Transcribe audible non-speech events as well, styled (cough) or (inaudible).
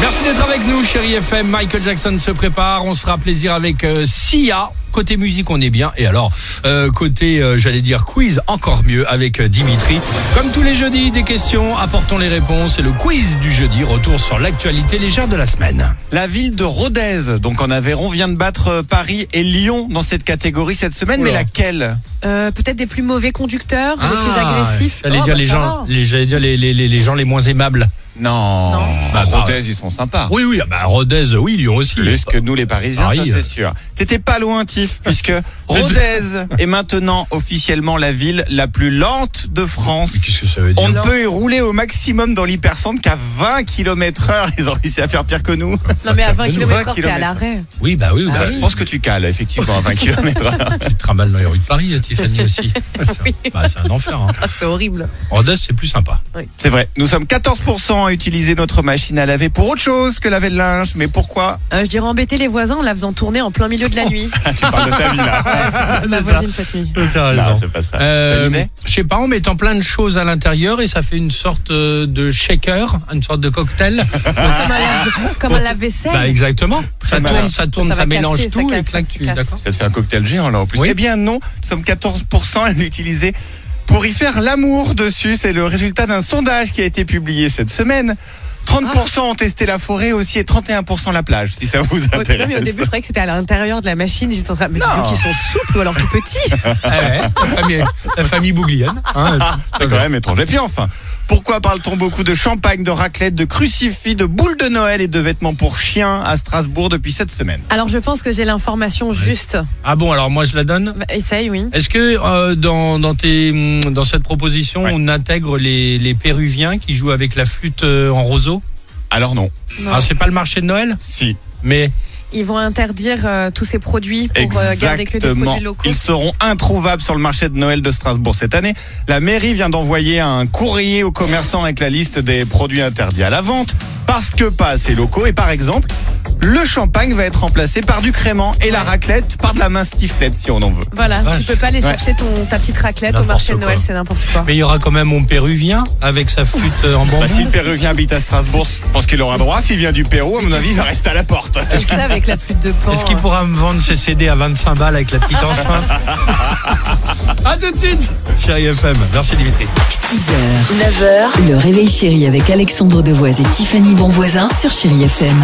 Merci d'être avec nous, chérie FM. Michael Jackson se prépare. On se fera plaisir avec euh, Sia. Côté musique, on est bien. Et alors, euh, côté, euh, j'allais dire, quiz, encore mieux avec euh, Dimitri. Comme tous les jeudis, des questions, apportons les réponses. Et le quiz du jeudi retour sur l'actualité légère de la semaine. La ville de Rodez, donc en Aveyron, vient de battre euh, Paris et Lyon dans cette catégorie cette semaine. Oula. Mais laquelle Euh, peut-être des plus mauvais conducteurs, des plus Ah, agressifs. J'allais Oh, dire, bah, les, ça gens, va. les, j'allais dire les, les- les- les gens les moins aimables. Non. Bah, bah, Rodez, ils sont sympas. Oui, oui, ah bah, Rodez, oui, Lyon aussi. Plus que nous les Parisiens, Paris, ça euh. c'est sûr. T'étais pas loin, Tiff, (laughs) puisque Rodez est maintenant officiellement la ville la plus lente de France. Mais Qu'est-ce que ça veut dire On ne Lente. peut y rouler au maximum dans l'hypercentre qu'à 20 km heure. Ils ont réussi à faire pire que nous. Non, Bah, mais à 20 km/h, 20 t'es à l'arrêt. Oui, bah oui, bah, Ah Je pense que tu cales, effectivement, à 20 km heure. tu te trimbales dans les rues de Paris, Tiffany (laughs) aussi. C'est un, bah, c'est un enfer. hein. Ah, C'est horrible. Rodez, c'est plus sympa. C'est vrai. Nous sommes 14% à utiliser notre machine à laver pour autre chose que laver le linge. Mais (laughs) pourquoi Ah, Euh, je dirais embêter les voisins en la faisant tourner en plein milieu de Oh. la (laughs) nuit. Tu parles de ta vie, là. Ma voisine cette nuit. Euh, T'as raison. Non, Bah, c'est pas ça. Euh, T'allumais je sais pas, en mettant plein de choses à l'intérieur et ça fait une sorte euh, de shaker, une sorte de cocktail. Comme un lave- Comme un lave-vaisselle. Ah. bah exactement. Ça malin. tourne, ça tourne, Ça ça, va casser, mélange ça tout casse, et claque ça tu. casse. D'accord. Ça te fait un cocktail géant là en plus. Oui. Eh bien non, nous sommes 14% à l'utiliser pour y faire l'amour dessus. C'est le résultat d'un sondage qui a été publié cette semaine. 30% ont testé la forêt aussi et 31% la plage, si ça vous Ouais, intéresse. non, mais au début, je croyais que c'était à l'intérieur de la machine. J'étais en train de me Non. dire qu'ils sont souples ou alors tout petits. (laughs) Ah ouais, la famille, la famille bouglione. hein, Ah, C'est quand même étrange. Et puis enfin, pourquoi parle-t-on beaucoup de champagne, de raclette, de crucifix, de boules de Noël et de vêtements pour chiens à Strasbourg depuis cette semaine Alors, je pense que j'ai l'information juste. Ah bon, alors moi je la donne. Bah, essaye, oui. Est-ce que euh, dans, dans, tes, hum, dans cette proposition, Ouais. on intègre les, les Péruviens qui jouent avec la flûte euh, en roseau Alors non, Non. Alors c'est pas le marché de Noël, si. mais Ils vont interdire euh, tous ces produits pour euh, garder que des Exactement. produits locaux. Ils seront introuvables sur le marché de Noël de Strasbourg cette année. La mairie vient d'envoyer un courrier aux commerçants avec la liste des produits interdits à la vente parce que pas assez locaux. Et par exemple, le champagne va être remplacé par du crément et la raclette par de la main stiflette si on en veut. Voilà, Vache. tu peux pas aller Ouais. chercher ton, ta petite raclette au N'importe marché de quoi. Noël, c'est n'importe quoi. mais il y aura quand même mon Péruvien avec sa flûte euh, en bambou. Bah, si le Péruvien habite à Strasbourg, je pense qu'il aura droit. S'il vient du Pérou, à mon avis, il va rester à la porte. Tout ça avec la flûte de (laughs) pan. Est-ce qu'il euh. pourra me vendre ses CD à 25 balles avec la petite enceinte A tout de suite Chérie FM, merci Dimitri. 6h, 9h, le réveil chéri avec Alexandre Devoise et Tiffany Bonvoisin sur Chéri FM.